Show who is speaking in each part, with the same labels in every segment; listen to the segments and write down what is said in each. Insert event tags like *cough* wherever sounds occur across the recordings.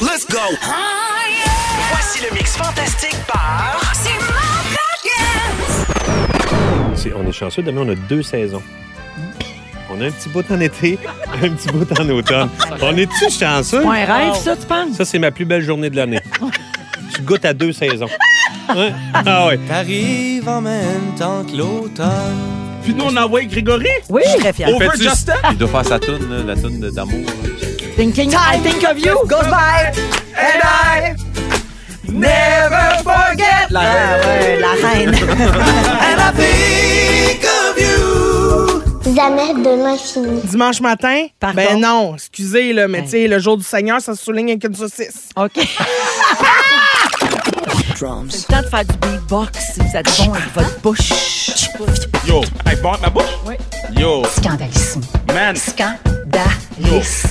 Speaker 1: Let's go! Voici le mix fantastique par... C'est
Speaker 2: C'est- on est chanceux, demain, on a deux saisons. On a un petit bout en été, *laughs* un petit bout en automne. On est-tu chanceux?
Speaker 3: Pas un rêve, ça, tu penses?
Speaker 2: Ça, c'est ma plus belle journée de l'année. tu goûtes à deux saisons. Ouais. Ah ouais.
Speaker 4: T'arrives en même temps que l'automne.
Speaker 5: Puis nous, on envoie Grégory.
Speaker 3: Oui, Oh. je suis très fière.
Speaker 5: Over
Speaker 2: Fais-tu-
Speaker 5: Justin.
Speaker 6: Il doit faire sa toune, là, la toune de- d'amour. là.
Speaker 3: Thinking, I think of you. Goes by.
Speaker 1: And I never forget
Speaker 3: La,
Speaker 5: Ah
Speaker 3: ouais, la reine.
Speaker 1: and I think of you.
Speaker 7: Zanette de l'infini.
Speaker 5: Dimanche matin.
Speaker 3: *laughs* Pardon?
Speaker 5: Ben non, excusez, là, mais
Speaker 3: Hein.
Speaker 5: tu sais, le jour du Seigneur, ça se souligne avec une saucisse.
Speaker 8: *laughs*
Speaker 3: OK. C'est le temps de faire du beatbox si vous êtes bon avec votre bouche.
Speaker 5: Yo, hey, bon, ma bouche?
Speaker 3: Oui.
Speaker 5: Yo,
Speaker 8: Scandalisme.
Speaker 5: man.
Speaker 8: Scandalisme.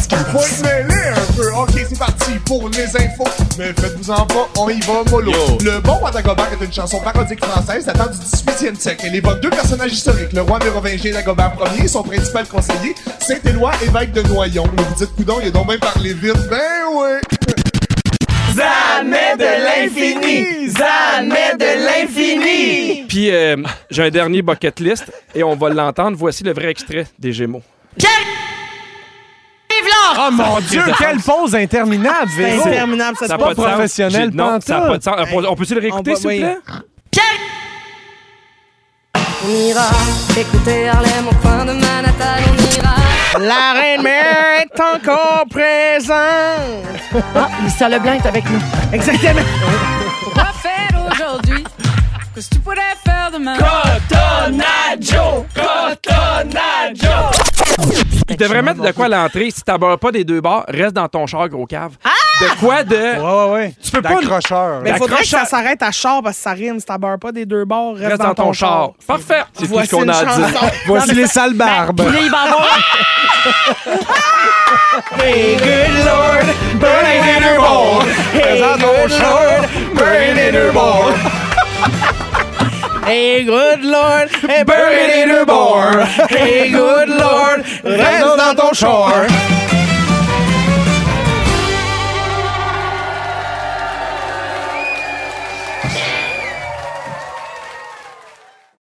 Speaker 8: Scandalisme.
Speaker 4: un peu, ok, c'est parti pour les infos. Mais faites-vous en pas, on y va mollo.
Speaker 5: Yo.
Speaker 4: Le bon Wadagobar est une chanson parodique française datant du 18e siècle. Elle évoque deux personnages historiques, le roi mérovingien Dagobert Ier et son principal conseiller, Saint-Éloi, évêque de Noyon. Mais vous dites, coudon, il a donc bien parlé vite. Ben oui!
Speaker 1: Jamais de l'infini. Jamais de l'infini.
Speaker 9: Puis euh, j'ai un dernier bucket list et on va l'entendre. Voici le vrai extrait des Gémeaux.
Speaker 5: Oh mon Dieu, quelle
Speaker 4: pause interminable,
Speaker 5: C'est interminable, ça,
Speaker 9: Ça n'a
Speaker 5: c'est pas
Speaker 9: pas, de sens.
Speaker 4: professionnel,
Speaker 9: J'ai- Non, ça n'a pas de sens. On peut- On peut-tu le
Speaker 5: On
Speaker 9: réécouter,
Speaker 5: va-
Speaker 9: s'il vous
Speaker 5: oui.
Speaker 9: plaît?
Speaker 8: On ira écouter Harlem au coin de Manhattan. On ira.
Speaker 5: La reine mère est encore présente.
Speaker 3: Ah, Lisa Leblanc est avec nous.
Speaker 5: Exactement.
Speaker 8: Quoi faire aujourd'hui? Qu'est-ce que tu pourrais faire demain?
Speaker 1: Cotonaggio. Cotonaggio.
Speaker 9: Il devrait mettre de quoi à l'entrée. Si t'abats pas des deux bars, reste dans ton char, gros cave. De quoi de.
Speaker 5: Oh,
Speaker 4: Ouais, ouais, ouais.
Speaker 9: Tu peux pas.
Speaker 4: D'accrocheur.
Speaker 5: Ah! Mais il faudrait que
Speaker 9: Accroche à-
Speaker 5: ça s'arrête à char parce que ça rime. Si t'abarres pas des deux bords, reste,
Speaker 9: Reste dans ton char. Parfait. C'est tout
Speaker 5: Voici
Speaker 9: ce qu'on
Speaker 5: une
Speaker 9: a à dire.
Speaker 5: chanson.
Speaker 9: *laughs*
Speaker 4: Voici les sales barbes.
Speaker 3: Puis là, il va avoir.
Speaker 1: Hey, good Lord, burn it in her bowl. Hey, good Lord, burn it in her bowl.
Speaker 5: Hey, good lord. Hey,
Speaker 1: Burn it in her bowl. Hey, good Lord, reste dans ton char.